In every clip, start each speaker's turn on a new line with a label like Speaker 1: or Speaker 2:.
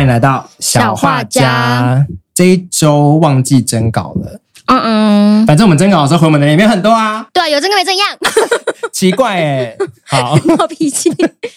Speaker 1: 迎来到小画家。这一周忘记征稿了，
Speaker 2: 嗯嗯，
Speaker 1: 反正我们征稿的时候回我们的人也没有很多啊，
Speaker 2: 对，有这个没这样，
Speaker 1: 奇怪哎、好，
Speaker 2: 闹脾气。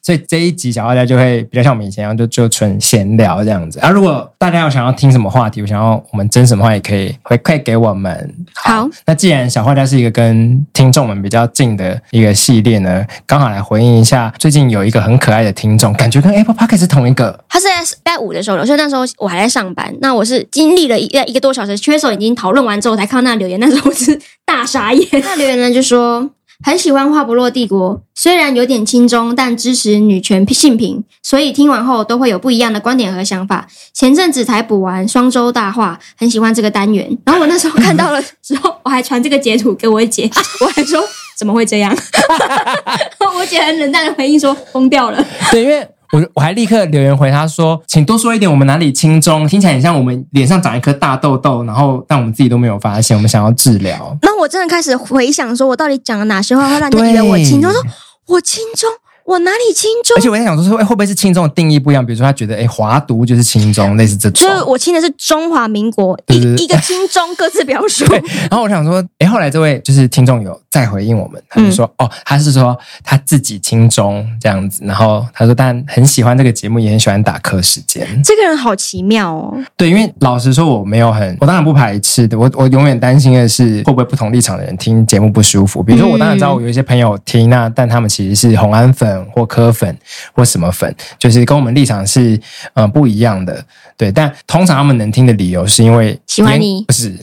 Speaker 1: 所以这一集小画家就会比较像我们以前一样，就就纯闲聊这样子。啊，如果大家有想要听什么话题，我想要我们争什么话，也可以回馈给我们。
Speaker 2: 好，
Speaker 1: 那既然小画家是一个跟听众们比较近的一个系列呢，刚好来回应一下，最近有一个很可爱的听众，感觉跟 Apple Park 是同一个，
Speaker 2: 他是在礼拜五的时候留，所以那时候我还在上班。那我是经历了一一个多小时，缺手已经讨论完之后，我才看到那留言。那时候我是大傻眼。那留言呢就说很喜欢《花不落帝国》，虽然有点轻中，但支持女权性平，所以听完后都会有不一样的观点和想法。前阵子才补完《双周大话》，很喜欢这个单元。然后我那时候看到了之后，我还传这个截图给我姐，我还说怎么会这样？ 我姐很冷淡的回应说疯掉了。
Speaker 1: 对，因为。我我还立刻留言回他说，请多说一点，我们哪里轻中，听起来很像我们脸上长一颗大痘痘，然后但我们自己都没有发现，我们想要治疗。
Speaker 2: 那我真的开始回想，说我到底讲了哪些话会让人家以为我轻
Speaker 1: 对
Speaker 2: 中？说我轻中，我哪里轻中
Speaker 1: 而？且我在想说，会会不会是轻重的定义不一样？比如说，他觉得哎、诶华独就是轻 重，类似这种
Speaker 2: 就。是我亲的是中华民国，
Speaker 1: 哦对对对
Speaker 2: 一一个轻中各自表述。
Speaker 1: 然后我想说，哎、后来这位就是听众有再回应我们，他就说、哦，他是说他自己轻中这样子，然后他说，但很喜欢这个节目，也很喜欢打课时间。
Speaker 2: 这个人好奇妙哦，
Speaker 1: 对，因为老实说，我没有很，我当然不排斥的。我我永远担心的是，会不会不同立场的人听节目不舒服？比如说，我当然知
Speaker 2: 嗯
Speaker 1: 道我有一些朋友听那，但他们其实是红安粉或科粉或什么粉，就是跟我们立场是呃不一样的。对，但通常他们能听的理由是因为
Speaker 2: 喜欢
Speaker 1: 严
Speaker 2: 你
Speaker 1: 不是。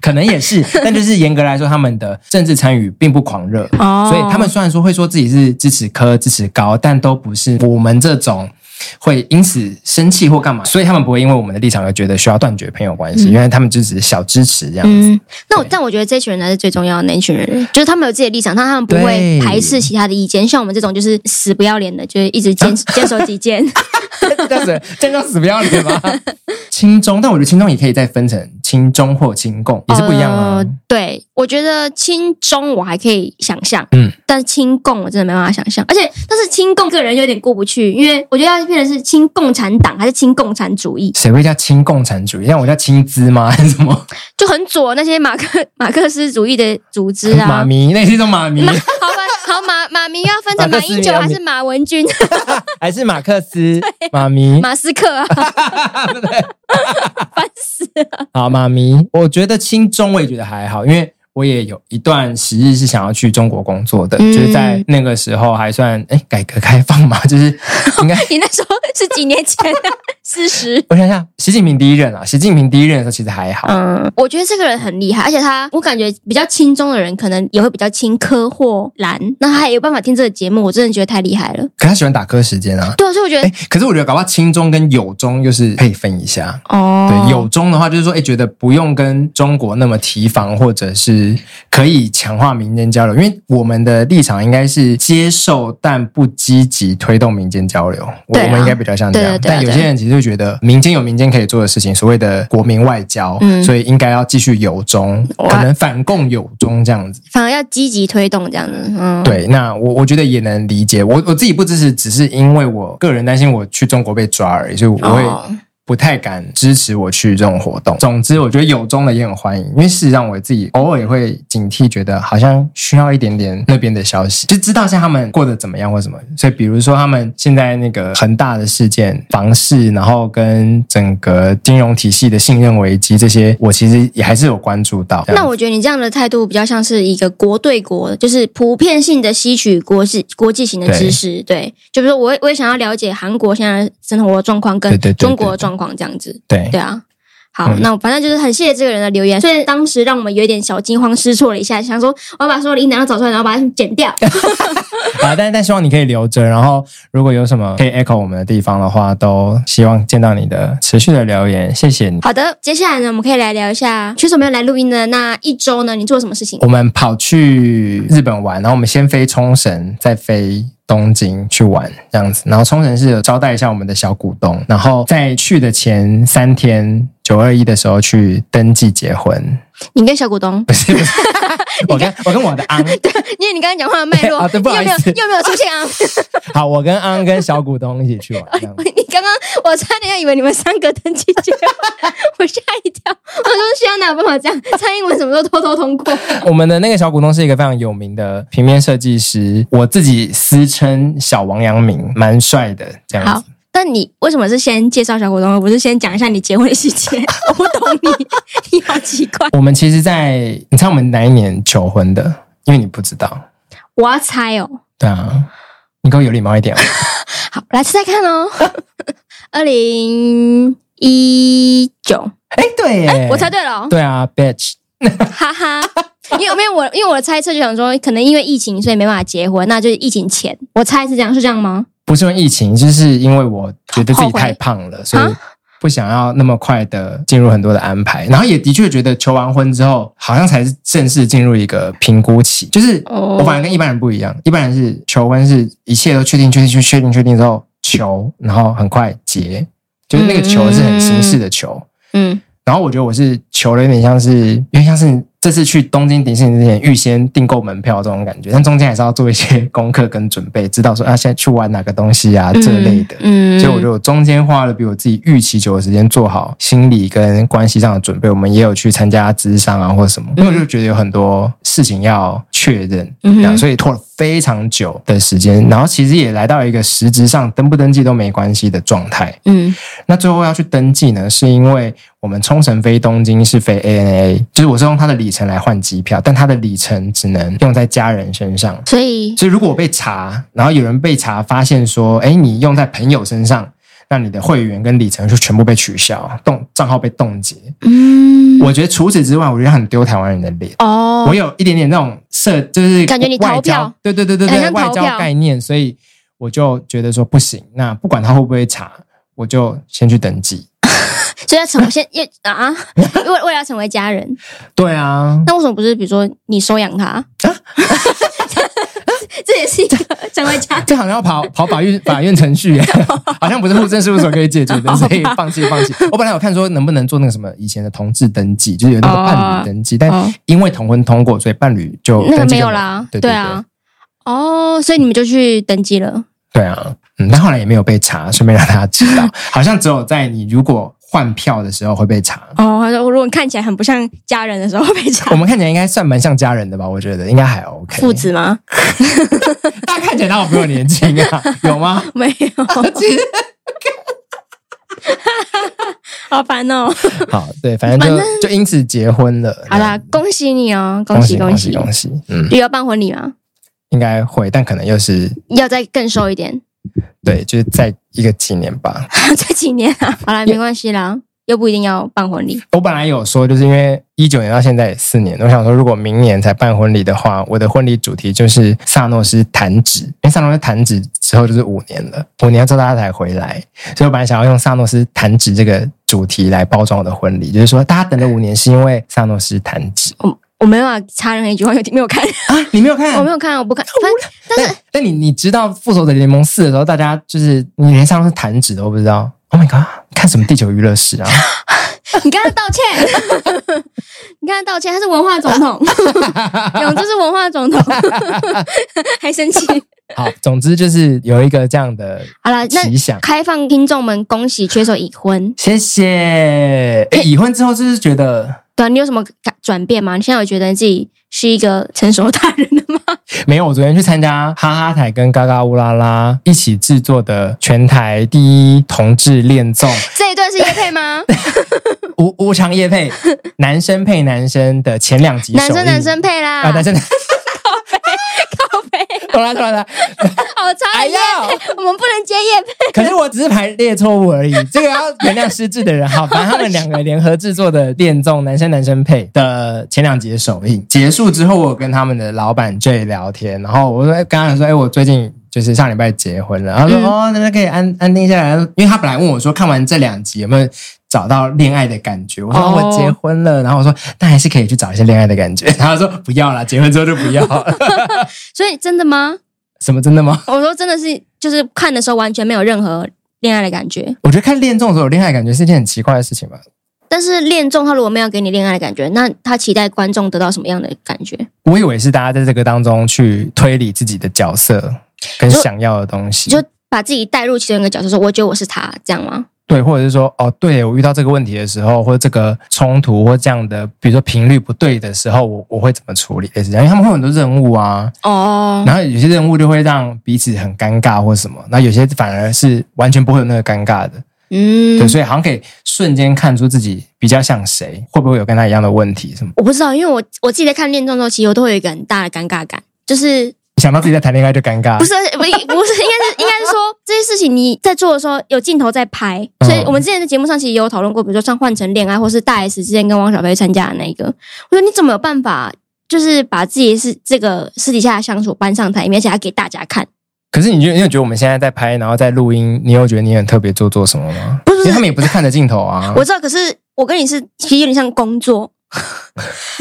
Speaker 1: 可能也是，但就是严格来说，他们的政治参与并不狂热，
Speaker 2: 哦
Speaker 1: 所以他们虽然说会说自己是支持科、支持高，但都不是我们这种会因此生气或干嘛，所以他们不会因为我们的立场而觉得需要断绝朋友关系，因为他们就只是小支持 这样。
Speaker 2: 嗯，那我
Speaker 1: 对
Speaker 2: 但我觉得这群人才是最重要的那一群人，就是他们有自己的立场，但他们不会
Speaker 1: 对
Speaker 2: 排斥其他的意见。像我们这种就是死不要脸的，就是一直坚 坚守己见。
Speaker 1: 这叫死，这叫死不要脸吗？ 轻中，但我觉得轻中也可以再分成轻中或轻共，也是不一样啊
Speaker 2: 呃。对，我觉得亲中我还可以想象，
Speaker 1: 嗯，
Speaker 2: 但是亲共我真的没办法想象。而且，但是亲共个人有点过不去，因为我觉得要变成是亲共产党还是亲共产主义，
Speaker 1: 谁会叫亲共产主义？像我叫亲资吗？ 还是什么？
Speaker 2: 就很左那些马克 马克思主义的组织
Speaker 1: 妈
Speaker 2: 啊。
Speaker 1: 咪，那是一种妈咪
Speaker 2: 马，好吧，好马马明要分成
Speaker 1: 马
Speaker 2: 马
Speaker 1: 克思
Speaker 2: 英九
Speaker 1: 马明
Speaker 2: 还是马 文君、
Speaker 1: 还是马克 思？妈咪，
Speaker 2: 马斯 克啊？烦死了！
Speaker 1: 好，妈咪，我觉得轻中我也觉得还好，因为我也有一段时日是想要去中国工作的，
Speaker 2: 嗯
Speaker 1: 就是在那个时候还算哎改革开放嘛，就是应 该
Speaker 2: 你那时候是几年前啊？ 四十。
Speaker 1: 我想想，习近平第一任啊，习近平第一任的时候其实还好，
Speaker 2: 嗯，我觉得这个人很厉害，而且他，我感觉比较轻中的人，可能也会比较轻科或蓝，那他也有办法听这个节目，我真的觉得太厉害了。
Speaker 1: 可他喜欢打歌时间啊。
Speaker 2: 对啊，所以我觉得
Speaker 1: 哎，，可是我觉得搞不好轻中跟友中又是可以分一下。
Speaker 2: 哦，
Speaker 1: 对，友中的话就是说，哎，觉得不用跟中国那么提防，或者是可以强化民间交流，因为我们的立场应该是接受但不积极推动民间交流，我
Speaker 2: 对啊
Speaker 1: 我们应该比较像这样。
Speaker 2: 对对对啊
Speaker 1: 但有些人其实就觉得民间有民间可以做的事情，所谓的国民外交，
Speaker 2: 嗯
Speaker 1: 所以应该要继续友中，
Speaker 2: 哇
Speaker 1: 可能反共友中这样子。
Speaker 2: 反而要积极推动这样子，嗯，，
Speaker 1: 对，那我我觉得也能理解，我我自己不支持，只是因为我个人担心我去中国被抓而已，所以我会
Speaker 2: 哦，
Speaker 1: 不太敢支持我去这种活动。总之，我觉得有中的也很欢迎，因为事实上我自己偶尔也会警惕，觉得好像需要一点点那边的消息，就知道像他们过得怎么样或什么。所以，比如说他们现在那个恒大的事件、房市，然后跟整个金融体系的信任危机这些，我其实也还是有关注到。这样
Speaker 2: 那我觉得你这样的态度比较像是一个国对国，就是普遍性的吸取国际国际型的知识，对，就比如说我也我也想要了解韩国现在的生活状况
Speaker 1: 对
Speaker 2: 跟
Speaker 1: 对对对
Speaker 2: 中国的状况这样子，
Speaker 1: 对
Speaker 2: 对啊。好，那我反正就是很谢谢这个人的留言，所以当时让我们有一点小惊慌失措了一下，想说我要把所有的音档都找出来，然后把它剪掉。
Speaker 1: 啊，但但希望你可以留着，然后如果有什么可以 echo 我们的地方的话，都希望见到你的持续的留言，谢谢你。
Speaker 2: 好的，接下来呢，我们可以来聊一下缺手没有来录音的那一周呢，你做了什么事情？
Speaker 1: 我们跑去日本玩，然后我们先飞冲绳，再飞东京去玩这样子。然后冲绳是有招待一下我们的小股东，然后在去的前三天。九二一的时候去登记结婚，
Speaker 2: 你跟小股东，
Speaker 1: 不是，不是我跟我跟我的昂，
Speaker 2: 因为你刚刚讲话的脉络，
Speaker 1: 啊对不好意
Speaker 2: 你有没
Speaker 1: 思
Speaker 2: 有有没有出 现啊？
Speaker 1: 好，我跟昂跟小股东一起去玩，这样
Speaker 2: 你刚刚我差点要以为你们三个登记结婚，我吓一跳。我说现在哪有办法这样？蔡英文什么时候偷偷通过？
Speaker 1: 我们的那个小股东是一个非常有名的平面设计师，我自己私称小王阳明，蛮帅的这样
Speaker 2: 好
Speaker 1: 子。，
Speaker 2: 但你为什么是先介绍小股东，而不是先讲一下你结婚的细节？ 我不懂你，你好奇怪。
Speaker 1: 我们其实在，你猜我们哪一年求婚的？因为你不知道，
Speaker 2: 我要猜哦。
Speaker 1: 对啊，你给我有礼貌一点哦。
Speaker 2: 好，来猜猜看哦。 二零一九，
Speaker 1: 哎，对耶，
Speaker 2: 我猜对了、哦，
Speaker 1: 对啊，bitch，
Speaker 2: 哈哈。因为因为我因为我的猜测就想说，可能因为疫情，所以没办法结婚，那就是疫情前。我猜是这样，是这样吗？
Speaker 1: 不是因为疫情，就是因为我觉得自己
Speaker 2: 后悔啊
Speaker 1: 太胖了，所以。不想要那么快的进入很多的安排，然后也的确觉得求完婚之后，好像才是正式进入一个评估期，就是
Speaker 2: 哦
Speaker 1: 我反而跟一般人不一样，一般人是求婚是一切都确定、确定、确确定、确定之后求，然后很快结，就是那个求是很形式的求。
Speaker 2: 嗯，
Speaker 1: 然后我觉得我是求了有点像是，有点像是这次去东京迪士尼之前预先订购门票这种感觉，但中间还是要做一些功课跟准备，知道说啊现在去玩哪个东西啊这类的。
Speaker 2: 嗯
Speaker 1: 所以我觉得我中间花了比我自己预期久的时间做好心理跟关系上的准备。我们也有去参加咨商啊或者什么，因为我就觉得有很多事情要确认，
Speaker 2: 嗯哼
Speaker 1: 这样所以拖了非常久的时间。然后其实也来到一个实质上登不登记都没关系的状态。
Speaker 2: 嗯
Speaker 1: 那最后要去登记呢，是因为我们冲绳飞东京是飞 ANA，就是我是用它的里程来换机票，但它的里程只能用在家人身上。
Speaker 2: 所以
Speaker 1: 所以如果我被查，然后有人被查发现说，哎，你用在朋友身上，那你的会员跟里程就全部被取消，冻账号被冻结。
Speaker 2: 嗯
Speaker 1: 我觉得除此之外，我觉得很丢台湾人的脸。
Speaker 2: 哦
Speaker 1: 我有一点点那种社，就是
Speaker 2: 感觉你逃
Speaker 1: 外交
Speaker 2: 票，
Speaker 1: 对对对对
Speaker 2: 很
Speaker 1: 对，
Speaker 2: 像逃
Speaker 1: 外
Speaker 2: 票
Speaker 1: 交概念，所以我就觉得说不行，那不管他会不会查，我就先去登记。
Speaker 2: 所以要成为先要啊，为为了要成为家人，
Speaker 1: 对啊，
Speaker 2: 那为什么不是比如说你收养他？ 这也是一个成为家
Speaker 1: 这好像要跑跑法院法院程 序耶，好像不是户政事务所可以解
Speaker 2: 哦
Speaker 1: 决的，所以放弃放弃。我本来有看说能不能做那个什么以前的同志登记，就是有那个伴侣登记，但
Speaker 2: 哦
Speaker 1: 因为同婚通过，所以伴侣就
Speaker 2: 那个
Speaker 1: 登记
Speaker 2: 没
Speaker 1: 就
Speaker 2: 有啦，
Speaker 1: 对
Speaker 2: 对
Speaker 1: 对，
Speaker 2: 啊，哦，所以你们就去登记了，
Speaker 1: 对啊，嗯，但后来也没有被查，顺便让大家知 道，好像只有在你如果换票的时候会被查。
Speaker 2: 哦，他说如果你看起来很不像家人的时候被查
Speaker 1: 我们看起来应该算蛮像家人的吧，我觉得应该还 OK。
Speaker 2: 父，子吗？
Speaker 1: 大家看起来哪有比我年轻啊？有吗？
Speaker 2: 没有，
Speaker 1: 其实
Speaker 2: 好烦哦。
Speaker 1: 好，对，反正
Speaker 2: 反
Speaker 1: 就就因此结婚了。
Speaker 2: 好啦，恭喜你哦，
Speaker 1: 恭
Speaker 2: 恭喜
Speaker 1: 恭
Speaker 2: 喜！
Speaker 1: 恭喜！嗯，
Speaker 2: 又要办婚礼吗？
Speaker 1: 应该会，但可能又是
Speaker 2: 要再更瘦一点，
Speaker 1: 对，就是在一个几年吧。
Speaker 2: 这几年 啊，好啦，没关系啦，又不一定要办婚礼。
Speaker 1: 我本来有说，就是因为一九年到现在也四年，我想说，如果明年才办婚礼的话，我的婚礼主题就是萨诺斯弹指，因为萨诺斯弹指之后就是五年了，五年之后大家才回来，所以我本来想要用萨诺斯弹指这个主题来包装我的婚礼，就是说大家等了五年是因为萨诺斯弹指
Speaker 2: 我我没办法插任何一句话，有没有看？
Speaker 1: 啊，你没有看
Speaker 2: 我没有看，我 不看。反正
Speaker 1: 但但你你知道《复仇者联盟四》的时候，大家就是你连上是弹指都不知道。Oh my god！看什么地球娱乐室 啊？
Speaker 2: 你跟他道歉， 你跟他道歉，他是文化总 统，永志是文化总统， 还生气。
Speaker 1: 好，总之就是有一个这样的
Speaker 2: 好了，那
Speaker 1: 奇想。
Speaker 2: 开放听众们，恭喜缺手已婚。
Speaker 1: 谢谢。诶已婚之后就是觉得
Speaker 2: 对啊，你有什么改转变吗？你现在有觉得自己是一个成熟大人 了吗？
Speaker 1: 没有。我昨天去参加哈哈台跟嘎嘎乌拉拉一起制作的全台第一同志恋 综
Speaker 2: 这一段是叶 配吗？
Speaker 1: 无无偿夜 配，男生配男生的前两集首
Speaker 2: 男
Speaker 1: 映，
Speaker 2: 生男生配啦，
Speaker 1: 啊，男生，
Speaker 2: 靠背，
Speaker 1: 懂了懂了。懂了
Speaker 2: 好差
Speaker 1: 哎
Speaker 2: 的叶
Speaker 1: 呀，
Speaker 2: 配，我们不能接叶配。
Speaker 1: 可是我只是排列错误而已，这个要原谅失智的人。好，反正他们两个联合制作的恋综《男生男生配》的前两集的首映结束之后，我有跟他们的老板 J 聊天，然后我说刚刚说，哎、我最近。就是上礼拜结婚了，然后说、
Speaker 2: 嗯
Speaker 1: 哦，那边可以安安定下来，因为他本来问我说看完这两集有没有找到恋爱的感觉，我说、
Speaker 2: 哦
Speaker 1: 我结婚了，然后我说但还是可以去找一些恋爱的感觉，然后他说不要啦，结婚之后就不要了，
Speaker 2: 所以真的吗？
Speaker 1: 什么真的吗？
Speaker 2: 我说真的是，就是看的时候完全没有任何恋爱的感觉。
Speaker 1: 我觉得看恋综的时候有恋爱的感觉是一件很奇怪的事情吧，
Speaker 2: 但是恋综他如果没有给你恋爱的感觉，那他期待观众得到什么样的感觉？
Speaker 1: 我以为是大家在这个当中去推理自己的角色跟
Speaker 2: 就
Speaker 1: 想要的东西，
Speaker 2: 就把自己带入其中一个角色，说我觉得我是他，这样吗？
Speaker 1: 对，或者是说，哦，对我遇到这个问题的时候，或者这个冲突或这样的，比如说频率不对的时候，我我会怎么处理？类似这样，因为他们会有很多任务啊，
Speaker 2: 哦，
Speaker 1: 然后有些任务就会让彼此很尴尬或什么，那有些反而是完全不会有那个尴尬的，
Speaker 2: 嗯
Speaker 1: 对，，所以好像可以瞬间看出自己比较像谁，会不会有跟他一样的问题什么？
Speaker 2: 我不知道，因为我我自己在看恋综的时候，其实我都会有一个很大的尴尬感，就是
Speaker 1: 想到自己在谈恋爱就尴尬，
Speaker 2: 不是不不是，应该是应该是说 这些事情你在做的时候有镜头在拍，所以我们之前的节目上其实也有讨论过，比如说像换成恋爱，或是大 S 之前跟汪小菲参加的那一个，我说你怎么有办法？就是把自己是这个私底下的相处搬上台面，而且还给大家看。
Speaker 1: 可是你觉得，你有觉得我们现在在拍，然后在录音，你有觉得你很特别做做什么吗？
Speaker 2: 不是
Speaker 1: 因为他们也不是看着镜头啊。
Speaker 2: 我知道，可是我跟你是其实有点像工作，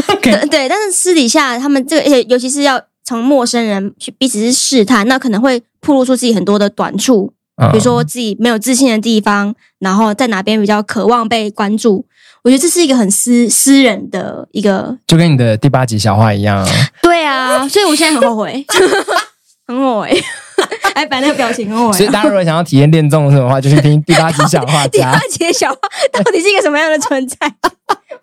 Speaker 1: 哎
Speaker 2: 对对，但是私底下他们这个，而且尤其是要从陌生人去彼此是试探，那可能会暴露出自己很多的短处，
Speaker 1: 嗯
Speaker 2: 比如呃说自己没有自信的地方，然后在哪边比较渴望被关注。我觉得这是一个很私私人的一个，
Speaker 1: 就跟你的第八集小话一样、啊，
Speaker 2: 对啊， 所以我现在很后悔，很后悔， 还摆那个表情很后
Speaker 1: 所以
Speaker 2: 悔。啊
Speaker 1: 大家如果想要体验恋综什么的话，就去听第八集小画
Speaker 2: 第 二
Speaker 1: 家。
Speaker 2: 节小花到底是一个什么样的存在？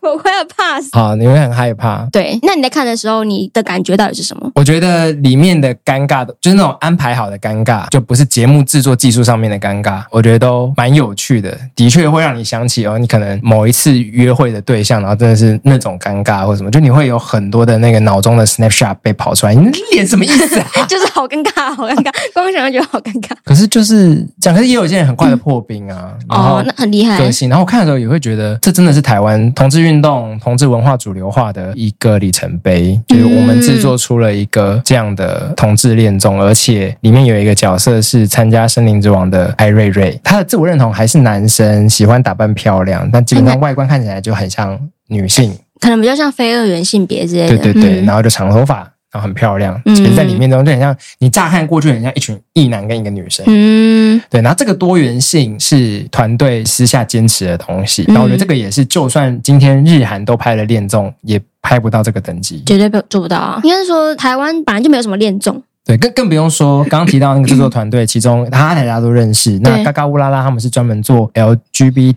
Speaker 2: 我快要 pass。
Speaker 1: 好，你会很害怕。
Speaker 2: 对，那你在看的时候，你的感觉到底是什么？
Speaker 1: 我觉得里面的尴尬，就是那种安排好的尴尬，就不是节目制作技术上面的尴尬，我觉得都蛮有趣的，的确会让你想起哦，你可能某一次约会的对象，然后真的是那种尴尬或什么，就你会有很多的那个脑中的 snapshot 被跑出来，你脸什么意思啊？
Speaker 2: 就是好尴尬，好尴尬，光想就觉得好尴尬。
Speaker 1: 可是就是这样，可是也有一些人很快的破冰啊，然后
Speaker 2: 哦，那很厉害。
Speaker 1: 个性。然后我看的时候也会觉得，这真的是台湾同志运动、同志文化主流化的一个里程碑，就是我们制作出了一个这样的同志恋综，而且里面有一个角色是参加《森林之王》的艾瑞瑞，他的自我认同还是男生，喜欢打扮漂亮，但基本上外观看起来就很像女性。
Speaker 2: 可能比较像非二元性别之类的。
Speaker 1: 对对对，
Speaker 2: 嗯
Speaker 1: 然后就长头发。然后很漂亮，
Speaker 2: 嗯
Speaker 1: 其实在里面中就很像你乍看过去很像一群异男跟一个女生，
Speaker 2: 嗯
Speaker 1: 对，然后这个多元性是团队私下坚持的东西，然后我觉
Speaker 2: 嗯
Speaker 1: 得这个也是，就算今天日韩都拍了恋综，也拍不到这个等级。
Speaker 2: 绝对不做不到啊！应该是说台湾本来就没有什么恋综，
Speaker 1: 对，更更不用说刚刚提到那个制作团 队，其中他大家都认识，那
Speaker 2: 对
Speaker 1: 嘎嘎乌拉拉他们是专门做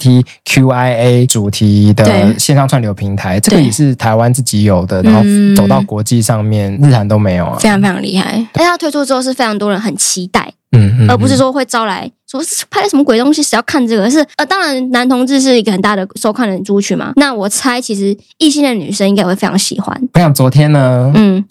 Speaker 1: LGBTQIA 主题
Speaker 2: 对
Speaker 1: 的线上串流平台，这个
Speaker 2: 对
Speaker 1: 也是台湾自己有的，然后
Speaker 2: 嗯
Speaker 1: 走到国际上面，日韩都没有啊。
Speaker 2: 非常非常厉害。但它推出之后是非常多人很期待，
Speaker 1: 嗯嗯，
Speaker 2: 而不是
Speaker 1: 嗯
Speaker 2: 说会招来说是拍的什么鬼东西，谁要看这个？是呃，当然男同志是一个很大的收看人族群嘛。那我猜其实异性恋女生应该也会非常喜欢。
Speaker 1: 我想昨天呢，
Speaker 2: 嗯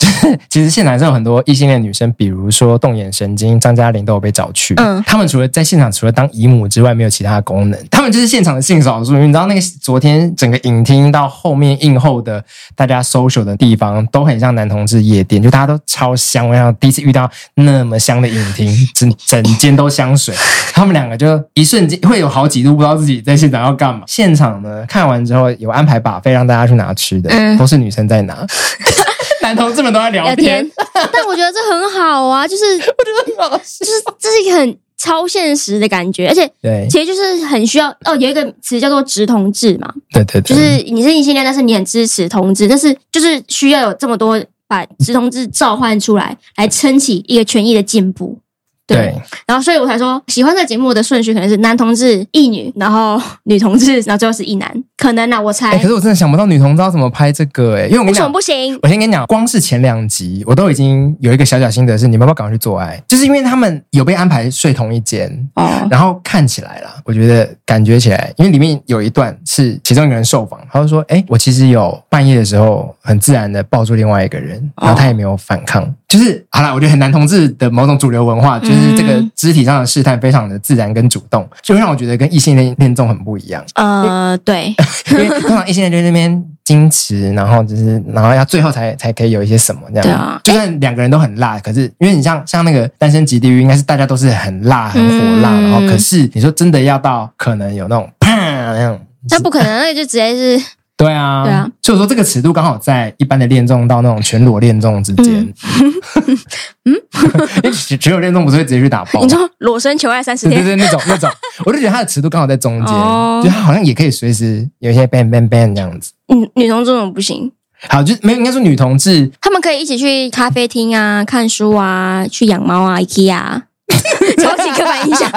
Speaker 1: 其实现场还是有很多异性恋女生，比如说动眼神经、张嘉玲都有被找去。
Speaker 2: 嗯
Speaker 1: 嗯，他们除了在现场除了当姨母之外，没有其他的功能。他们就是现场的性少数。你知道那个昨天整个影厅到后面映后的大家 social 的地方，都很像男同志夜店，就大家都超香。我想第一次遇到那么香的影厅，整整间都香水。他们两个就一瞬间会有好几度不知道自己在现场要干嘛。现场呢看完之后有安排把费让大家去拿吃的，
Speaker 2: 嗯
Speaker 1: 都是女生在拿。 男同志们都在聊
Speaker 2: 聊
Speaker 1: 天
Speaker 2: 天，，呃但我觉得这很好啊，就是就是这是一个很超现实的感觉，而且
Speaker 1: 对
Speaker 2: 其实就是很需要哦，有一个词叫做直同志嘛，
Speaker 1: 对对对，
Speaker 2: 就是你是异性恋，但是你很支持同志，但是就是需要有这么多把直同志召唤出来，来撑起一个权益的进步。
Speaker 1: 对，
Speaker 2: 然后所以我才说，喜欢这个节目的顺序可能是男同志、异女，然后女同志，然后最后是异男，可能啊，我猜。
Speaker 1: 哎、可是我真的想不到女同志要怎么拍这个哎、因为我跟
Speaker 2: 为
Speaker 1: 你
Speaker 2: 什么
Speaker 1: 讲。
Speaker 2: 不行？
Speaker 1: 我先跟你讲，光是前两集我都已经有一个小小心得是，你们要不要赶快去做爱？就是因为他们有被安排睡同一间，
Speaker 2: 哦，
Speaker 1: 然后看起来啦，我觉得感觉起来，因为里面有一段是其中一个人受访，他就说：“哎、我其实有半夜的时候很自然的抱住另外一个人，然后他也没有反抗。就是好啦，我觉得很男同志的某种主流文化，就是这个
Speaker 2: 嗯
Speaker 1: 肢体上的试探非常的自然跟主动，就会让我觉得跟异性恋恋综很不一样。
Speaker 2: 呃，对，
Speaker 1: 因为通常异性恋就在那边矜持，然后就是，然后要最后才才可以有一些什么这样。
Speaker 2: 对啊
Speaker 1: 就算两个人都很辣，可是因为你像像那个《单身即地狱》，应该是大家都是很辣、很火辣，
Speaker 2: 嗯
Speaker 1: 然后可是你说真的要到可能有那种啪那种，
Speaker 2: 但不可能，那个就直接是
Speaker 1: 对啊，
Speaker 2: 对啊，
Speaker 1: 所以我说这个尺度刚好在一般的恋综到那种全裸恋综之间。 嗯，因为只只有恋综不是会直接去打包
Speaker 2: 你？说裸身求爱三十
Speaker 1: 对对
Speaker 2: 天，
Speaker 1: 对，那种那种， 我就觉得它的尺度刚好在中间，
Speaker 2: 哦
Speaker 1: 就它好像也可以随时有一些 bang bang bang 这样子。
Speaker 2: 女女同这种不行，
Speaker 1: 好，就没有应该说女同志
Speaker 2: 他们可以一起去咖啡厅啊、看书啊、去养猫啊、IKEA，啊 超级刻板印象。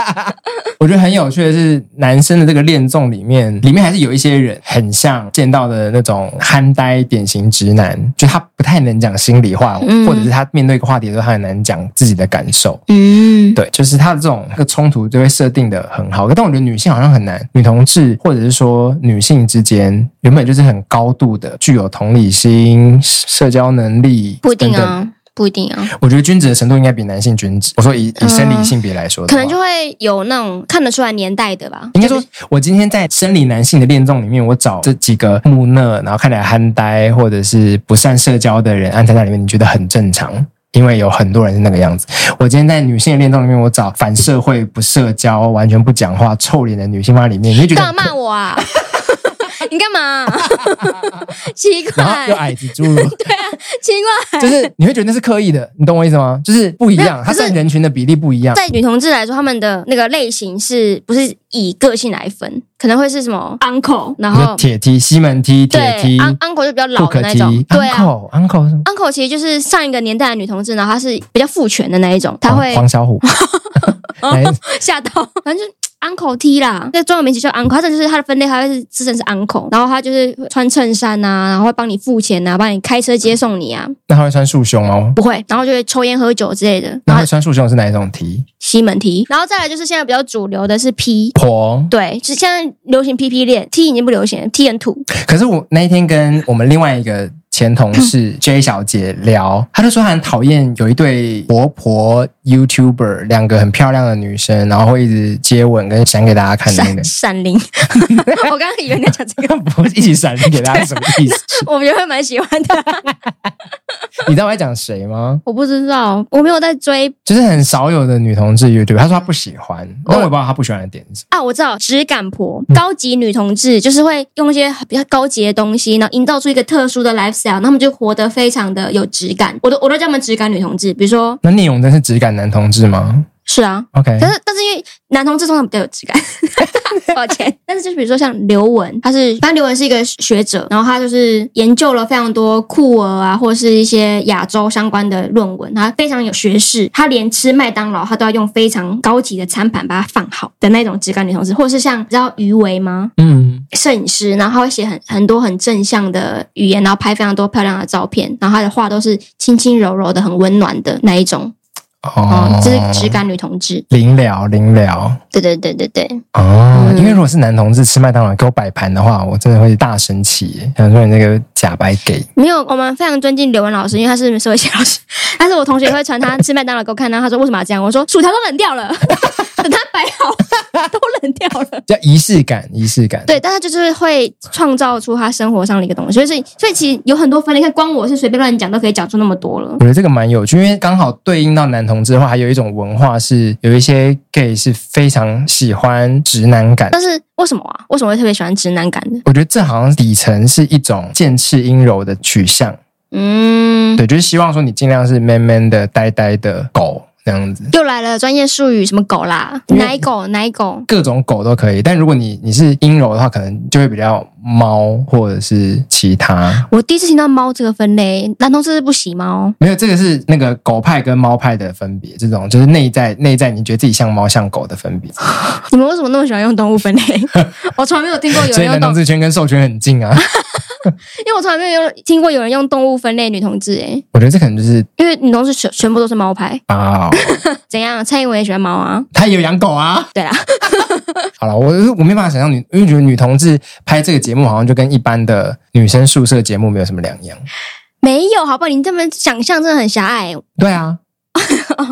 Speaker 1: 我觉得很有趣的是，男生的这个恋综里面，里面还是有一些人很像见到的那种憨呆典型直男，就他不太能讲心里话，
Speaker 2: 嗯
Speaker 1: 或者是他面对一个话题的时候，他很难讲自己的感受。
Speaker 2: 嗯，
Speaker 1: 对，就是他的这种那个冲突就会设定的很好，但我觉得女性好像很难，女同志或者是说女性之间原本就是很高度的具有同理心、社交能力，
Speaker 2: 不一定
Speaker 1: 等等。
Speaker 2: 啊，不一定啊。
Speaker 1: 我觉得君子的程度应该比男性君子，我说以以生理
Speaker 2: 嗯
Speaker 1: 性别来说的
Speaker 2: 可
Speaker 1: 话，
Speaker 2: 能就会有那种看得出来年代的吧。
Speaker 1: 应该说，我今天在生理男性的恋综里面，我找这几个木讷，然后看起来憨呆或者是不善社交的人安插在里面，你觉得很正常，因为有很多人是那个样子。我今天在女性的恋综里面，我找反社会、不社交、完全不讲话、臭脸的女性放在里面，你就觉得
Speaker 2: 干
Speaker 1: 很
Speaker 2: 嘛骂 我啊？你干嘛、 奇
Speaker 1: 然后哎又
Speaker 2: 怪，
Speaker 1: 矮子侏 儒，
Speaker 2: 奇怪。
Speaker 1: 就是你会觉得那是刻意的，你懂我意思吗？就是不一样，它
Speaker 2: 可是
Speaker 1: 占人群的比例不一样。
Speaker 2: 在女同志来说，她们的那个类型是不是以个性来分？可能会是什么 uncle，然
Speaker 1: 比如说
Speaker 2: 后
Speaker 1: 铁梯、西门梯、铁
Speaker 2: 对
Speaker 1: 梯、
Speaker 2: un uncle 就比较
Speaker 1: 不
Speaker 2: 老
Speaker 1: 可
Speaker 2: 的那
Speaker 1: 梯、
Speaker 2: 种，对啊。
Speaker 1: uncle、uncle 是什么
Speaker 2: uncle 其实就是上一个年代的女同志，然后她是比较父权的那一种，她会
Speaker 1: 黄小虎。来
Speaker 2: 哦吓到，反正就是 uncle T 啦，这专有名词叫 uncle，它这就是它的分类，它会是自称是 uncle，然后他就是会穿衬衫啊，然后会帮你付钱啊，帮你开车接送你啊，
Speaker 1: 那他会穿束胸哦。
Speaker 2: 不会，然后就会抽烟喝酒之类的，
Speaker 1: 那
Speaker 2: 然
Speaker 1: 会
Speaker 2: 后
Speaker 1: 穿束胸是哪一种题？
Speaker 2: 西门 T，然后再来就是现在比较主流的是 P。
Speaker 1: 婆。
Speaker 2: 对，就是现在流行 P P 恋，T 已经不流行了，T 很土。
Speaker 1: 可是我那一天跟我们另外一个前同 事 J 小姐聊，她就说她很讨厌有一对活婆 YouTuber，两个很漂亮的女生，然后会一直接吻跟闪给大家看的那
Speaker 2: 闪
Speaker 1: 个。
Speaker 2: 闪灵， 我刚刚以为你在讲这个，
Speaker 1: 不是一起闪给大家什么意思？
Speaker 2: 我觉得会蛮喜欢的。
Speaker 1: 你知道我在讲谁吗？
Speaker 2: 我不知道，我没有在追
Speaker 1: 就是很少有的女同志 YouTube，她说她不喜欢，
Speaker 2: 哦
Speaker 1: 那我也不知道她不喜欢的点是什
Speaker 2: 啊，我知道，质感婆，高级女同志就是会用一些比较高级的东西，然后营造出一个特殊的 lifestyle，然后他们就活得非常的有质感。我都我都叫他们质感女同志，比如说
Speaker 1: 么。那聂永真是质感男同志吗
Speaker 2: 是啊，
Speaker 1: ？OK，
Speaker 2: 可是但是因为男同志通常比较有质 感，抱歉。但是就是比如说像刘雯，她是反正刘雯是一个学者，然后她就是研究了非常多酷儿啊，或是一些亚洲相关的论文，她非常有学识，她连吃麦当劳她都要用非常高级的餐盘把它放好的那种质感女同志，或是像你知道余维吗？
Speaker 1: 嗯，
Speaker 2: 摄影师，然后他会写很很多很正向的语言，然后拍非常多漂亮的照片，然后他的画都是轻轻柔柔的，很温暖的那一种。
Speaker 1: 哦
Speaker 2: 哦，，这是质感女同志。
Speaker 1: 灵聊灵聊。
Speaker 2: 对对对对对，
Speaker 1: 哦，
Speaker 2: 嗯
Speaker 1: 因为如果是男同志吃麦当劳给我摆盘的话，我真的会大生气耶，想说你那个假白给。
Speaker 2: 没有，哦我们非常尊敬刘文老师，因为他是社会系老师。但是我同学会传他吃麦当劳给我看，然后他说为什么要这样？我说薯条都冷掉了， 等他摆好都冷掉了。
Speaker 1: 叫仪式感，仪式感。，
Speaker 2: 对，但他就是会创造出他生活上的一个东西，所以所以其实有很多分类，你看光我是随便乱讲都可以讲出那么多了
Speaker 1: 我。觉得这个蛮有趣，因为刚好对应到男同志的话，还有一种文化是有一些 gay 是非常喜欢直男感。
Speaker 2: 但是为什么啊？为什么会特别喜欢直男感的？
Speaker 1: 我觉得这好像底层是一种剑齿阴柔的取向，
Speaker 2: 嗯，
Speaker 1: 对，就是希望说你尽量是 man man 的、呆呆的狗这样子。
Speaker 2: 又来了专业术语，什么狗啦，
Speaker 1: 因为
Speaker 2: 奶狗，奶狗。
Speaker 1: 各种狗都可以，但如果你你是阴柔的话，可能就会比较猫或者是其他。
Speaker 2: 我第一次听到猫这个分类，男同志是不喜猫，
Speaker 1: 没有，这个是那个狗派跟猫派的分别，这种就是内在内在，你觉得自己像猫像狗的分别。
Speaker 2: 你们为什么那么喜欢用动物 分类？我从来没有听过有
Speaker 1: 所以
Speaker 2: 人用
Speaker 1: 男
Speaker 2: 动
Speaker 1: 同，志圈跟兽圈很近啊。
Speaker 2: 因为我从来没有用听过有人用动物分类女同志诶、欸
Speaker 1: 我觉得这可能就是
Speaker 2: 因为女同志全全部都是猫牌，
Speaker 1: 啊、
Speaker 2: 怎样？蔡英文也喜欢猫啊，
Speaker 1: 他也有养狗啊。
Speaker 2: 对啦，
Speaker 1: 好了，我我没办法想象女，因为觉得女同志拍这个节目好像就跟一般的女生宿舍节目没有什么两样。
Speaker 2: 没有，好不好？你这么想象真的很狭隘、哦
Speaker 1: 对啊，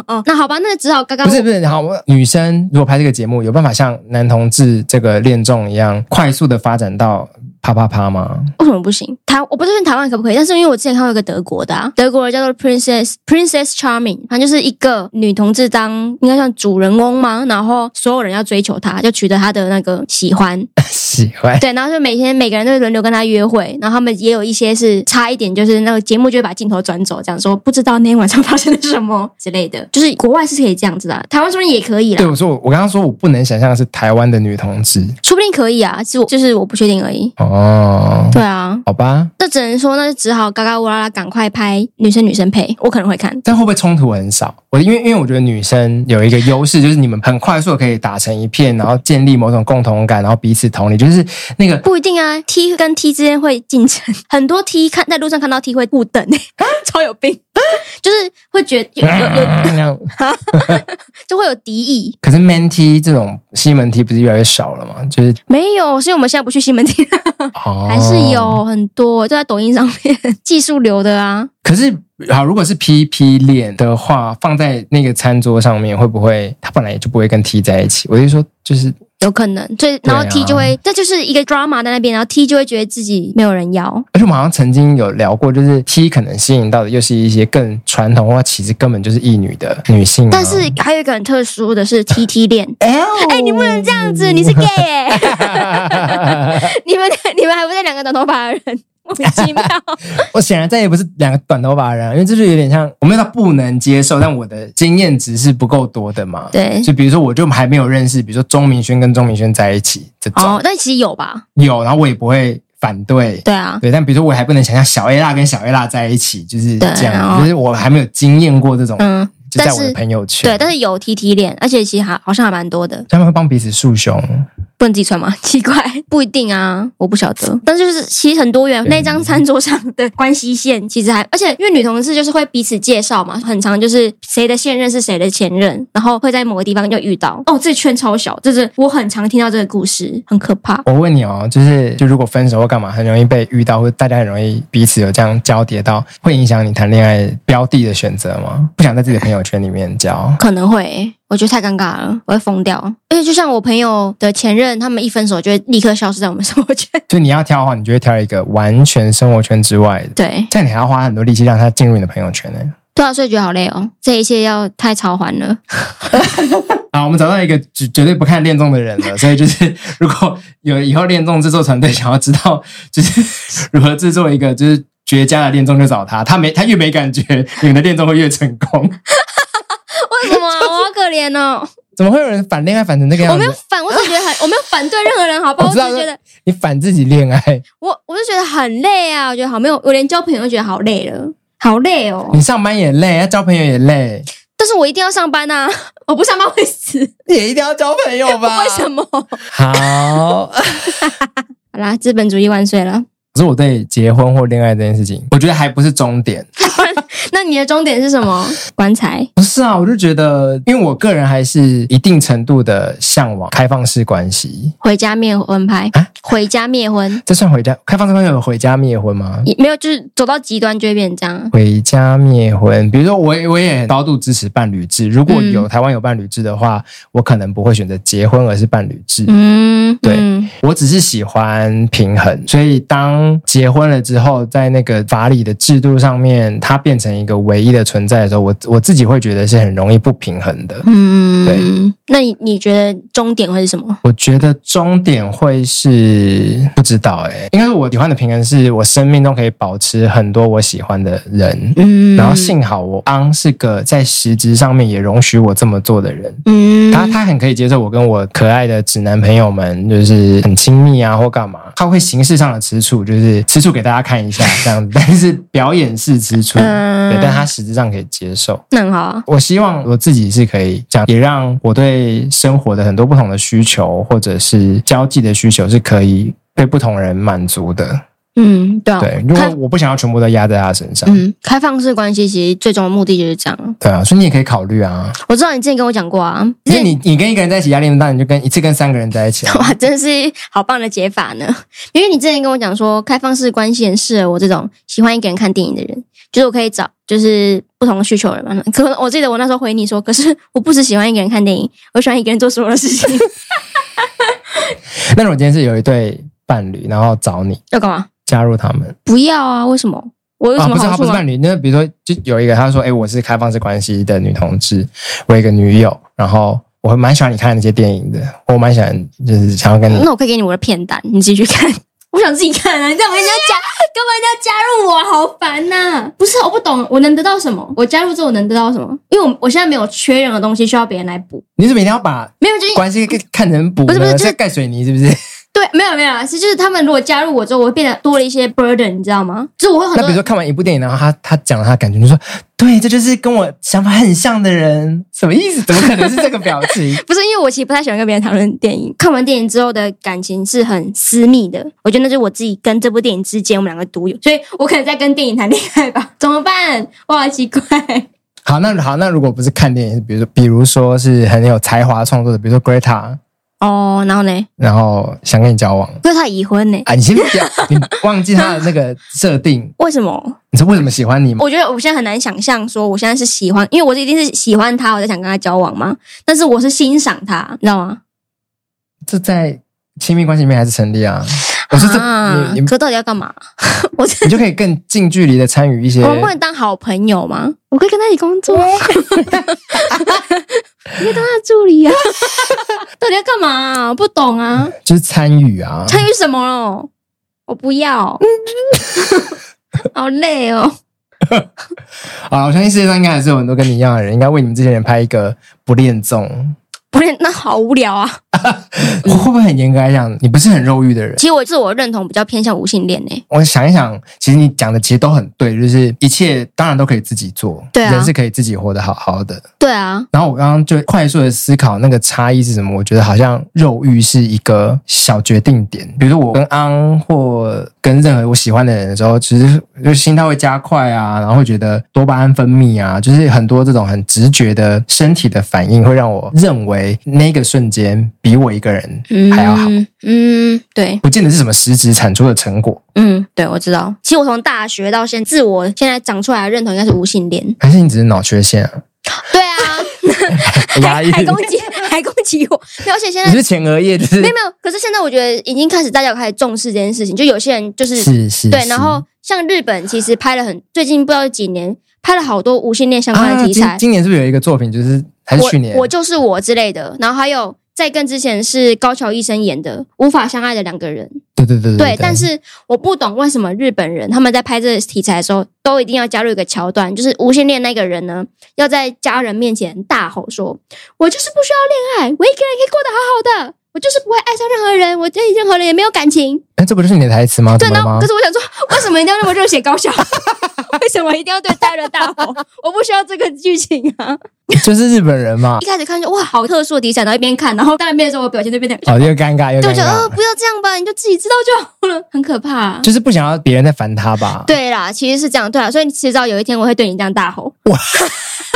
Speaker 2: 哦，那好吧，那只好刚刚
Speaker 1: 不是不是，好，我女生如果拍这个节目，有办法像男同志这个恋综一样快速的发展到。啪啪啪吗？
Speaker 2: 为什么不行？台我不确定台湾可不可以，但是因为我之前看过一个德国的、啊，德国人叫做 Princess Princess Charming，反正就是一个女同志当应该算主人翁嘛，然后所有人要追求她，就取得她的那个喜欢，
Speaker 1: 喜欢
Speaker 2: 对，然后就每天每个人都轮流跟她约会，然后他们也有一些是差一点，就是那个节目就会把镜头转走，这样说不知道那天晚上发生了什么之类的，就是国外是可以这样子的啊、台湾说不定也可以
Speaker 1: 对
Speaker 2: 啦，
Speaker 1: 我说我我刚刚说我不能想象的是台湾的女同志
Speaker 2: 说不定可以啊，是我就是我不确定而已。
Speaker 1: 哦，
Speaker 2: 对啊，
Speaker 1: 好吧，
Speaker 2: 那只能说那就只好嘎嘎乌拉拉赶快拍女生女生配，我可能会看。
Speaker 1: 但会不会冲突很少？我因为因为我觉得女生有一个优势，就是你们很快速的可以打成一片，然后建立某种共同感，然后彼此同理，就是那个
Speaker 2: 不一定啊，T 跟 T 之间会竞争， 很多 T 看在路上看到 T 会互瞪、欸 超有病，就是会觉得有有有
Speaker 1: 那样。
Speaker 2: 就会有敌意。
Speaker 1: 可是 man T 这种西门 T 不是越来越少了吗？就是
Speaker 2: 没有，是因为我们现在不去西门町，
Speaker 1: 哦，
Speaker 2: 还是。有很多就在抖音上面 技术流的啊。
Speaker 1: 可是好，如果是 P P 恋的话，放在那个餐桌上面，会不会他本来也就不会跟 T 在一起？我就说，就是
Speaker 2: 有可能，所以
Speaker 1: 对
Speaker 2: 然
Speaker 1: 啊
Speaker 2: 后 T 就会，这就是一个 drama 在那边，然后 T 就会觉得自己没有人要，
Speaker 1: 而且我们好像曾经有聊过，就是 T 可能吸引到的又是一些更传统或其实根本就是异女的女性啊、
Speaker 2: 但是还有一个很特殊的是 T T 恋，
Speaker 1: 哎、
Speaker 2: 哎，你不能这样子，你是 gay，耶 你们 你们还不是两个短头发的人，莫名其妙。
Speaker 1: 我显然再也不是两个短头发的人啊，因为这就有点像我没有到不能接受，但我的经验值是不够多的嘛。
Speaker 2: 对
Speaker 1: 就比如说我就还没有认识，比如说钟明轩跟钟明轩在一起这种、
Speaker 2: 哦，但其实有吧？
Speaker 1: 有，然后我也不会反对。
Speaker 2: 对啊，
Speaker 1: 对，但比如说我还不能想象小 A 辣跟小 A 辣在一起，就是
Speaker 2: 对
Speaker 1: 这
Speaker 2: 然
Speaker 1: 样，
Speaker 2: 后
Speaker 1: 就是我还没有经验过这种，
Speaker 2: 嗯，
Speaker 1: 就在
Speaker 2: 但
Speaker 1: 我的
Speaker 2: 是
Speaker 1: 朋友圈。
Speaker 2: 对，但是有 T T 恋，而且其实还好像还蛮多的，
Speaker 1: 他们会帮彼此束胸，
Speaker 2: 不能自己穿吗？ 奇怪，不一定啊，我不晓得。但就是其实很多元，
Speaker 1: 对
Speaker 2: 那张餐桌上的关系线其实还，而且因为女同事就是会彼此介绍嘛，很常就是谁的现任是谁的前任，然后会在某个地方就遇到。哦，这圈超小，就是我很常听到这个故事，很可怕。
Speaker 1: 我问你哦，就是就如果分手或干嘛，很容易被遇到，或者大家很容易彼此有这样交叠到，会影响你谈恋爱标的的选择吗？不想在自己的朋友圈里面交，
Speaker 2: 可能会欸，我觉得太尴尬了，我会疯掉。而且就像我朋友的前任，他们一分手就会立刻消失在我们生活圈。
Speaker 1: 就你要挑的话，你就会挑一个完全生活圈之外的，
Speaker 2: 对，
Speaker 1: 这样你还要花很多力气让他进入你的朋友圈呢、
Speaker 2: 对啊，所以觉得好累哦，这一切要太超环了。
Speaker 1: 好，我们找到一个绝绝对不看恋综的人了，所以就是如果有以后恋综制作团队想要知道就是如何制作一个就是绝佳的恋综，就找他，他没他越没感觉，你们的恋综会越成功。
Speaker 2: 为什么、啊？我好可怜哦！
Speaker 1: 怎么会有人反恋爱反成这个
Speaker 2: 我
Speaker 1: 样
Speaker 2: 没
Speaker 1: 子
Speaker 2: 有？反，我只是觉得很，我没有反对任何人，好不好？
Speaker 1: 我
Speaker 2: 我
Speaker 1: 知
Speaker 2: 只
Speaker 1: 道
Speaker 2: 是觉得，
Speaker 1: 你反自己恋爱，
Speaker 2: 我我就觉得很累啊，我觉得好没有，我连交朋友都觉得好累了，好累哦。
Speaker 1: 你上班也累，要交朋友也累，
Speaker 2: 但是我一定要上班呐、 我不上班会死，
Speaker 1: 也一定要交朋友吧？
Speaker 2: 为什？么？
Speaker 1: 好，
Speaker 2: 好啦，资本主义万岁了。
Speaker 1: 可是我对结婚或恋爱这件事情，我觉得还不是终点。
Speaker 2: 那你的终点是什么？ 棺材？
Speaker 1: 不是啊，我就觉得，因为我个人还是一定程度的向往开放式关系。
Speaker 2: 回家灭婚牌
Speaker 1: 啊？
Speaker 2: 回家灭婚？
Speaker 1: 这算回家开放式关系有回家灭婚吗？
Speaker 2: 也没有，就是走到极端就会变成这样。
Speaker 1: 回家灭婚，比如说我也我也高度支持伴侣制。如果
Speaker 2: 嗯
Speaker 1: 有台湾有伴侣制的话，我可能不会选择结婚，而是伴侣制。
Speaker 2: 嗯，
Speaker 1: 对
Speaker 2: 嗯
Speaker 1: 我只是喜欢平衡，所以当结婚了之后，在那个法理的制度上面，它变成一个唯一的存在的时候，我我自己会觉得是很容易不平衡的。
Speaker 2: 嗯，那你你觉得终点会是什么？
Speaker 1: 我觉得终点会是不知道哎、应该是我喜欢的平衡是我生命中可以保持很多我喜欢的人，
Speaker 2: 嗯，
Speaker 1: 然后幸好我昂是个在实质上面也容许我这么做的人。
Speaker 2: 嗯，
Speaker 1: 他他很可以接受我跟我可爱的直男朋友们就是很亲密啊，或干嘛。他会形式上的吃醋，就是吃醋给大家看一下这样子，但是表演式吃醋，
Speaker 2: 嗯
Speaker 1: 对，但他实质上可以接受。
Speaker 2: 那很好啊。
Speaker 1: 我希望我自己是可以这样，也让我对生活的很多不同的需求，或者是交际的需求，是可以被不同人满足的。
Speaker 2: 嗯，对啊，
Speaker 1: 对，因为
Speaker 2: 开
Speaker 1: 我不想要全部都压在他身上。
Speaker 2: 嗯，开放式关系其实最终的目的就是这样。
Speaker 1: 对啊，所以你也可以考虑啊。
Speaker 2: 我知道你之前跟我讲过啊，。
Speaker 1: 因为你你跟一个人在一起压力那么大，你就跟一次跟三个人在一起、啊
Speaker 2: 哇，真是好棒的解法呢！因为你之前跟我讲说，开放式关系很适合我这种喜欢一个人看电影的人，就是我可以找就是不同的需求人嘛。可我记得我那时候回你说，可是我不只喜欢一个人看电影，我喜欢一个人做所有的事情。
Speaker 1: 那如果今天是有一对伴侣，然后找你
Speaker 2: 要干嘛？
Speaker 1: 加入他们。
Speaker 2: 不要啊？为什么？我有什
Speaker 1: 啊，
Speaker 2: 么
Speaker 1: 不是，
Speaker 2: 好
Speaker 1: 他不
Speaker 2: 处
Speaker 1: 是
Speaker 2: 吗？
Speaker 1: 伴侣，那比如说，就有一个他说，哎、我是开放式关系的女同志，我有一个女友，然后我蛮喜欢你看的那些电影的，我蛮喜欢，就是想要跟你
Speaker 2: 那我可以给你我的片单，你自己去看。 我想自己看啊！你干嘛人家加，干嘛人家加入我啊？好烦呐、不是，啊我不懂，我能得到什么？我加入之后我能得到什么？因为我我现在没有缺任何东西需要别人来补，
Speaker 1: 你怎么一定要把
Speaker 2: 没有就是
Speaker 1: 关系给看成补呢？
Speaker 2: 不是不是就是
Speaker 1: 在盖水泥是不是？
Speaker 2: 对，没有没有啊，是就是他们如果加入我之后，我会变得多了一些 burden，你知道吗？就是我会很
Speaker 1: 那比如
Speaker 2: 多
Speaker 1: 说看完一部电影，然后他他讲了他的感觉，你说对，这就是跟我想法很像的人，什么意思？怎么可能是这个表情？
Speaker 2: 不是因为我其实不太喜欢跟别人讨论电影，看完电影之后的感情是很私密的，我觉得那就是我自己跟这部电影之间我们两个独有，所以我可能在跟电影谈恋爱吧？怎么办？哇，好奇怪，
Speaker 1: 好，那好，那如果不是看电影，比如说比如说是很有才华创作的，比如说 Greta，
Speaker 2: 哦，然后呢？
Speaker 1: 然后想跟你交往
Speaker 2: 因为他已婚呢？
Speaker 1: 啊，你先不要，你忘记他的那个设定，
Speaker 2: 为什么？
Speaker 1: 你是为什么喜欢你吗？
Speaker 2: 我觉得我现在很难想象，说我现在是喜欢，因为我是一定是喜欢他，我才想跟他交往嘛。但是我是欣赏他，你知道吗？
Speaker 1: 这在亲密关系里面还是成立 啊。我说这、
Speaker 2: 啊
Speaker 1: 你你
Speaker 2: 可到底要干嘛？
Speaker 1: 你就可以更近距离的参与一些
Speaker 2: 我们不能当好朋友吗？我可以跟他一起工作，我 可以当他的助理啊。 到底要干嘛、啊？我不懂啊，
Speaker 1: 就是参与啊。
Speaker 2: 参与什么咯？我不 要，好累哦。
Speaker 1: 啊，我相信世界上应该还是有很多跟你一样的人，应该为你们这些人拍一个不恋综。
Speaker 2: 不是，那好无聊啊！
Speaker 1: 会会不会很严格来讲，你不是很肉欲的人？
Speaker 2: 其实我自我认同比较偏向无性恋诶、欸
Speaker 1: 我想一想，其实你讲的其实都很对，就是一切当然都可以自己做，
Speaker 2: 对啊
Speaker 1: 人是可以自己活得好好的。
Speaker 2: 对啊，
Speaker 1: 然后我刚刚就快速的思考那个差异是什么，我觉得好像肉欲是一个小决定点。比如说我跟安或跟任何我喜欢的人的时候，其实就心跳会加快啊，然后会觉得多巴胺分泌啊，就是很多这种很直觉的身体的反应，会让我认为那个瞬间比我一个人
Speaker 2: 嗯，
Speaker 1: 还要好。
Speaker 2: 嗯，对，
Speaker 1: 不见得是什么实质产出的成果，
Speaker 2: 嗯，对，我知道。其实我从大学到现在，自我现在长出来的认同应该是无性恋。
Speaker 1: 还是你只是脑缺 陷啊？
Speaker 2: 对啊，
Speaker 1: 压抑
Speaker 2: 还攻击，还攻击我。没有而且现在
Speaker 1: 你是前哎额叶，就是
Speaker 2: 没有没有，可是现在我觉得已经开始大家有开始重视这件事情，就有些人就是
Speaker 1: 是是，
Speaker 2: 对，
Speaker 1: 是
Speaker 2: 然后像日本其实拍了很最近不知道几年拍了好多无性恋相关
Speaker 1: 啊，
Speaker 2: 的题
Speaker 1: 今
Speaker 2: 材，
Speaker 1: 今年是不是有一个作品，就是还是去年
Speaker 2: 我我就是我之类的，然后还有。再更之前是高桥医生演的《无法相爱的两个人》，
Speaker 1: 对对对
Speaker 2: 对，但是我不懂为什么日本人他们在拍这个题材的时候，都一定要加入一个桥段，就是无性恋那个人呢，要在家人面前大吼说：“我就是不需要恋爱，我一个人可以过得好好的，我就是不会爱上任何人，我对任何人也没有感情。”
Speaker 1: 哎，这不就是你的台词吗？
Speaker 2: 对，
Speaker 1: 怎么了
Speaker 2: 然后
Speaker 1: 吗
Speaker 2: 可？是我想说，为什么一定要那么热血高涨？ 为什么一定要对大人大吼？我不需要这个剧情啊！
Speaker 1: 就是日本人 嘛
Speaker 2: 一，开始看就哇，好特殊的题材，然后一边看，然后当然变的时候，我表情就变得，
Speaker 1: 哦，又尴尬又
Speaker 2: 对，
Speaker 1: 尴
Speaker 2: 我就
Speaker 1: 尬，
Speaker 2: 呃，不要这样吧，你就自己知道就好了，很可怕、啊
Speaker 1: 就是不想要别人在烦他吧？，
Speaker 2: 对啦，其实是这样，对啦，所以你迟早有一天我会对你这样大吼。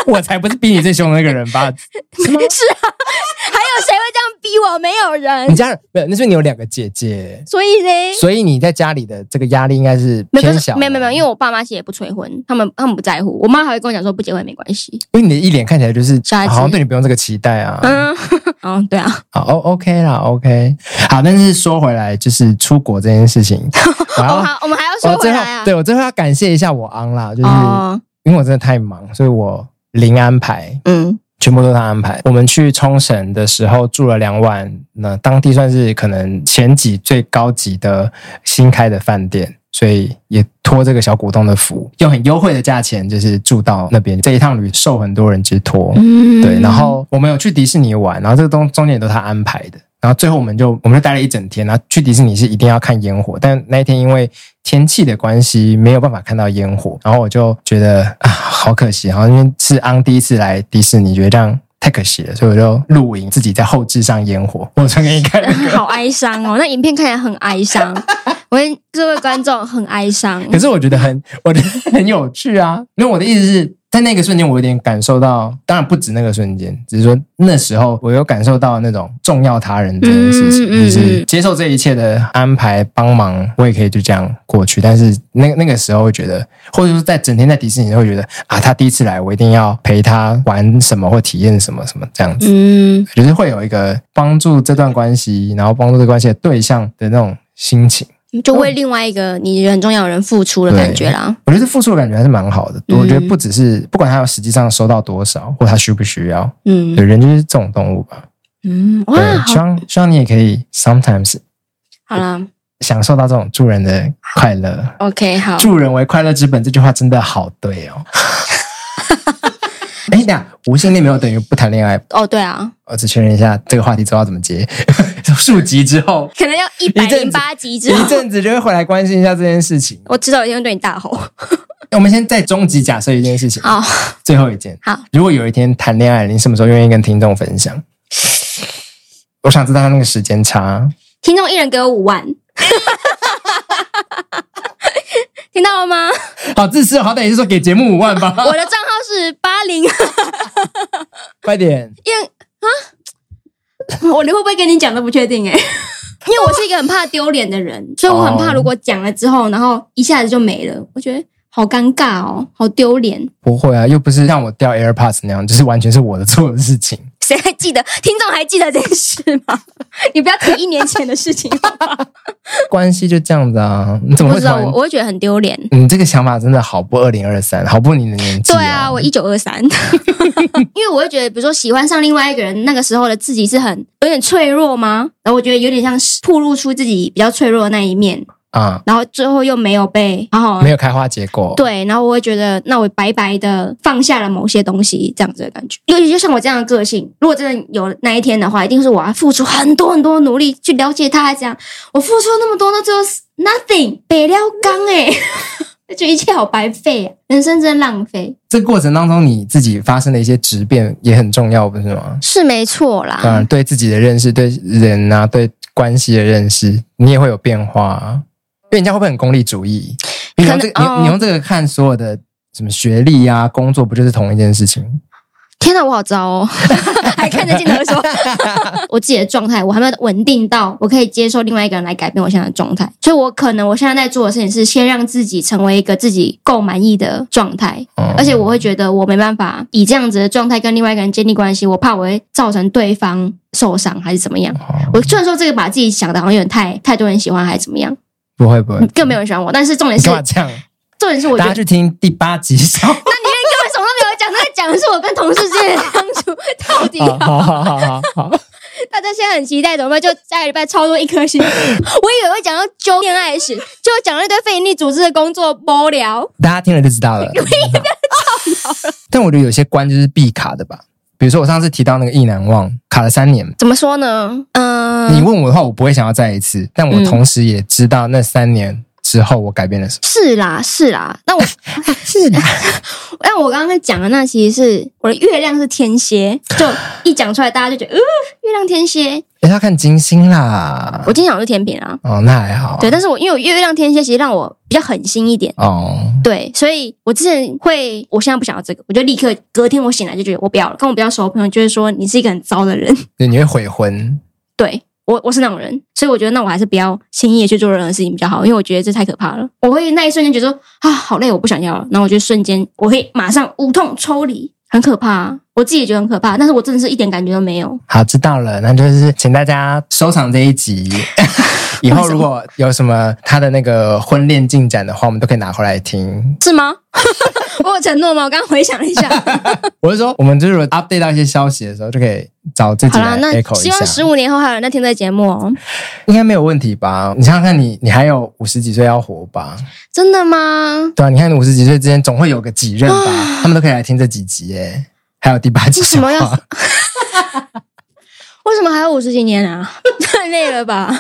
Speaker 1: 我才不是比你最凶的那个人 吧？
Speaker 2: 是
Speaker 1: 嗯
Speaker 2: 啊， 还有谁会这样逼我？没有
Speaker 1: 你
Speaker 2: 人。
Speaker 1: 家人没有，那是因为你有两个姐姐，
Speaker 2: 所以呢，
Speaker 1: 所以你在家里的这个压力应该是
Speaker 2: 没有
Speaker 1: 偏小，
Speaker 2: 没有没有没有，因
Speaker 1: 为
Speaker 2: 为我爸妈其实也不催婚，他们他们不在乎。我妈还会跟我讲说不结婚也没关系。
Speaker 1: 因为你的一脸看起来就是
Speaker 2: 小孩子
Speaker 1: 好像对你不用这个期待啊。
Speaker 2: 嗯，哦，对啊，
Speaker 1: 好，O OK 啦，OK，好，但是说回来，就是出国这件 事情，我
Speaker 2: 我
Speaker 1: 要
Speaker 2: 们还我们还要哦说
Speaker 1: 我
Speaker 2: 回
Speaker 1: 最后
Speaker 2: 来啊。
Speaker 1: 对我最后要感谢一下我昂啦，就是
Speaker 2: 哦，
Speaker 1: 因为我真的太忙，所以我零安排，
Speaker 2: 嗯，
Speaker 1: 全部都是他安排。我们去冲绳的时候住了两晚，那当地算是可能前几最高级的新开的饭店，所以也托这个小股东的福，用很优惠的价钱就是住到那边。这一趟旅受很多人之托，
Speaker 2: 嗯
Speaker 1: 对。然后我们有去迪士尼玩，然后这个东中间也都是他安排的。然后最后我们就我们就待了一整天，然后去迪士尼是一定要看烟火，但那一天因为天气的关系没有办法看到烟火，然后我就觉得啊好可惜，然后因为是昂第一次来迪士尼，觉得这样太可惜了，所以我就露营自己在后置上烟火，我传给你看。
Speaker 2: 好哀伤哦，那影片看起来很 哀伤。我跟各位观众很哀伤，
Speaker 1: 可是我觉得很，我觉得很有趣啊。因为我的意思是在那个瞬间，我有点感受到，当然不止那个瞬间，只是说那时候我有感受到那种重要他人这件事情，
Speaker 2: 嗯嗯嗯
Speaker 1: 就是接受这一切的安排帮忙，我也可以就这样过去。但是那那个时候会觉得，或者说在整天在迪士尼会觉得啊，他第一次来，我一定要陪他玩什么或体验什么什么这样子，
Speaker 2: 嗯，
Speaker 1: 就是会有一个帮助这段关系，然后帮助这个关系的对象的那种。心情。
Speaker 2: 就为另外一个你很重要的人付出的感觉啦。
Speaker 1: 我觉得付出的感觉还是蛮好的。
Speaker 2: 嗯
Speaker 1: 我觉得不只是不管他有实际上收到多少，或他需不需要，
Speaker 2: 嗯
Speaker 1: 对人就是这种动物吧。
Speaker 2: 嗯，哇，
Speaker 1: 对，希
Speaker 2: 好，
Speaker 1: 望希望你也可以 sometimes
Speaker 2: 好啦
Speaker 1: 享受到这种助人的快乐。
Speaker 2: ，OK，好，
Speaker 1: 助人为快乐之本这句话真的好对哦。哎，等一下无性恋没有等于不谈恋爱，
Speaker 2: 哦，对啊，
Speaker 1: 我只确认一下这个话题之后要怎么接。 数集之后，
Speaker 2: 可能要一百零八集之
Speaker 1: 一
Speaker 2: 后，
Speaker 1: 阵子就会回来关心一下这件事情。
Speaker 2: 我迟早有一天会对你大吼。
Speaker 1: 我们先再终极假设一件事情，
Speaker 2: 好，
Speaker 1: 最后一件。
Speaker 2: 好，
Speaker 1: 如果有一天谈恋爱，你什么时候愿意跟听众分享？我想知道他那个时间差。
Speaker 2: 听众一人给我五 万，听到了吗？
Speaker 1: 好自私哦，好歹也是说给节目五万吧，
Speaker 2: 我的账号是八零，
Speaker 1: 快点。
Speaker 2: 我你会不会跟你讲都不确定哎、 因为我是一个很怕丢脸的人，所以我很怕如果讲了之后，然后一下子就没了，我觉得好尴尬哦，好丢脸。
Speaker 1: 不会啊，又不是像我掉 AirPods 那样，就是完全是我的错的事 情。
Speaker 2: 谁还记得？听众还记得这件事吗？ 你不要提一年前的 事情，
Speaker 1: 关系就这样子啊，你怎么
Speaker 2: 不
Speaker 1: 会
Speaker 2: 知
Speaker 1: 突
Speaker 2: 道
Speaker 1: 然
Speaker 2: 我，？我会觉得很丢脸。
Speaker 1: 你这个想法真的好不二零二三，好不你的年纪、
Speaker 2: 对啊，我一九二 三， 因为我会觉得，比如说喜欢上另外一个人，那个时候的自己是很有点脆弱吗？然后我觉得有点像是暴露出自己比较脆弱的那一面，
Speaker 1: 啊、
Speaker 2: 然后最后又没有被好好
Speaker 1: 没有开花结果。
Speaker 2: 对，然后我会觉得，那我白白的放下了某些东西，这样子的感觉。尤其就像我这样的个性，如果真的有那一天的话，一定是我要付出很多很多努力去了解他，这样我付出那么多，那最后是 nothing 北料刚哎， 就觉得一切好白费啊，人生真浪费，
Speaker 1: 这过程当中你自己发生的一些质变也很重要，不是吗？
Speaker 2: 是没错啦
Speaker 1: 当然，对自己的认识、对人啊、对关系的认识，你也会有变化、啊。因为人家会不会很功利主义？你用这个，
Speaker 2: 可能
Speaker 1: 你你
Speaker 2: 哦
Speaker 1: 用这个看所有的什么学历啊、工作，不就是同一件事情？
Speaker 2: 天哪，我好糟哦， 还看着镜头说， 我自己的状态我还没有稳定到我可以接受另外一个人来改变我现在的状态，所以我可能我现在在做的事情是先让自己成为一个自己够满意的状态，
Speaker 1: 嗯
Speaker 2: 而且我会觉得我没办法以这样子的状态跟另外一个人建立关系，我怕我会造成对方受伤还是怎么样。
Speaker 1: 哦
Speaker 2: 我虽然说这个把自己想的好像有点太太多人喜欢还是怎么样，
Speaker 1: 不会不会，
Speaker 2: 更没有人喜欢我，但是重点
Speaker 1: 你
Speaker 2: 嗯是
Speaker 1: 干嘛这样？
Speaker 2: 重点是我觉
Speaker 1: 啊大家
Speaker 2: 得
Speaker 1: 去听第八集小。
Speaker 2: 根本什么都没有讲，他在讲的是我跟同事之间的相处到底
Speaker 1: 好好好好好好，
Speaker 2: 大家现在很期待，怎么办？就下个礼拜超多一颗星。 我以为会讲到揪恋爱史，就讲了一堆非营利组织的工作无聊。
Speaker 1: 大家听了就知 道了。嗯 但我觉得有些关就是必卡的吧，比如说我上次提到那个意难忘，卡了三年。
Speaker 2: 怎么说呢？嗯、
Speaker 1: 你问我的话，我不会想要再一次，但我
Speaker 2: 嗯
Speaker 1: 同时也知道那三年之后我改变了什么。
Speaker 2: 是啦，是啦。那 我
Speaker 1: 是 的，
Speaker 2: 啊但我刚刚讲的那其实是我的月亮是天蝎，就一讲出来大家就觉得，呃，月亮天蝎。
Speaker 1: 也要看金星啦
Speaker 2: 我。今天讲的是天平啊，
Speaker 1: 哦，那还好。
Speaker 2: 对。但是我因为我月亮天蝎，其实让我比较狠心一点。
Speaker 1: 哦，
Speaker 2: 对，所以我之前会，我现在不想要这个，我就立刻隔天我醒来就觉得我不要了。跟我比较熟的朋友就会说你是一个很糟的人，
Speaker 1: 对，你会悔婚。
Speaker 2: 对我我是那种人，所以我觉得那我还是不要轻易的去做任何事情比较好，因为我觉得这太可怕了。我会那一瞬间觉得说啊，好累，我不想要了。然后我就瞬间，我会马上无痛抽离，很可怕、啊我自己也觉得很可怕，但是我真的是一点感觉都没有。
Speaker 1: 好，知道了，那就是请大家收藏这一集。 以后如果有什么他的那个婚恋进展的话，我们都可以拿回来听。
Speaker 2: 是吗？ 我有承诺吗？我刚刚回想了一下，
Speaker 1: 我是说，我们就是如果 update 到一些消息的时候，就可以找自己
Speaker 2: 好啦，
Speaker 1: 来
Speaker 2: 那
Speaker 1: echo
Speaker 2: 希望
Speaker 1: 一
Speaker 2: 十
Speaker 1: 下，
Speaker 2: 五年后还有人在听这个节目哦。
Speaker 1: 应该没有问题吧？你想想看你，你还有五十几岁要活吧？
Speaker 2: 真的吗？
Speaker 1: 对啊，你看五十几岁之间总会有个几任吧，他们都可以来听这几集耶，还有第八集
Speaker 2: 为什么
Speaker 1: 笑话
Speaker 2: 要 为什么还有五十几年啊？ 太累了吧？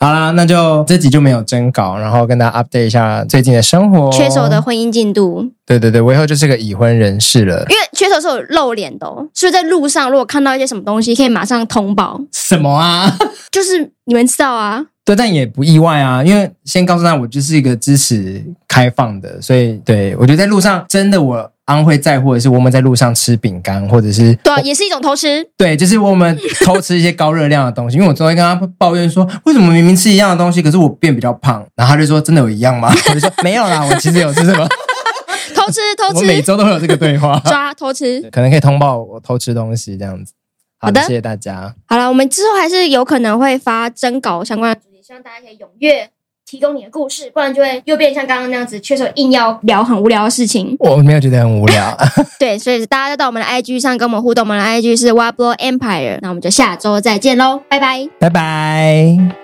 Speaker 1: 好啦，那就这集就没有征稿，然后跟大家 update 一下最近的生活。
Speaker 2: 缺手的，婚姻进度，
Speaker 1: 对对对，我以后就是个已婚人士了。
Speaker 2: 因为缺手是有露脸的、哦，所以在路上如果看到一些什么东西，可以马上通报。
Speaker 1: 什么啊？
Speaker 2: 就是你们知道啊，
Speaker 1: 对，但也不意外啊，因为先告诉大家，我就是一个支持开放的，所以对我觉得在路上真的我。安会在乎的是，我们在路上吃饼干，或者是
Speaker 2: 对啊，也是一种偷吃。
Speaker 1: 对，就是我们偷吃一些高热量的东西。因为我昨天跟他抱怨说，为什么明明吃一样的东西，可是我变比较胖？然后他就说，真的有一样吗？ 我就说没有啦，我其实有吃什 么。
Speaker 2: 偷 吃，偷
Speaker 1: 我每
Speaker 2: 吃，
Speaker 1: 周都会有这个对话。
Speaker 2: 抓偷吃。
Speaker 1: 可能可以通报我偷吃东西这样子。
Speaker 2: 好的
Speaker 1: 谢谢大家。
Speaker 2: 好了，我们之后还是有可能会发征稿相关的主题，希望大家可以踊跃提供你的故事，不然就会又变像刚刚那样子，缺手硬要聊很无聊的事情。
Speaker 1: 我没有觉得很无聊。
Speaker 2: 对，所以大家就到我们的 IG 上跟我们互动，我们的 IG 是 Wablo Empire。那我们就下周再见喽，拜拜。
Speaker 1: 拜拜。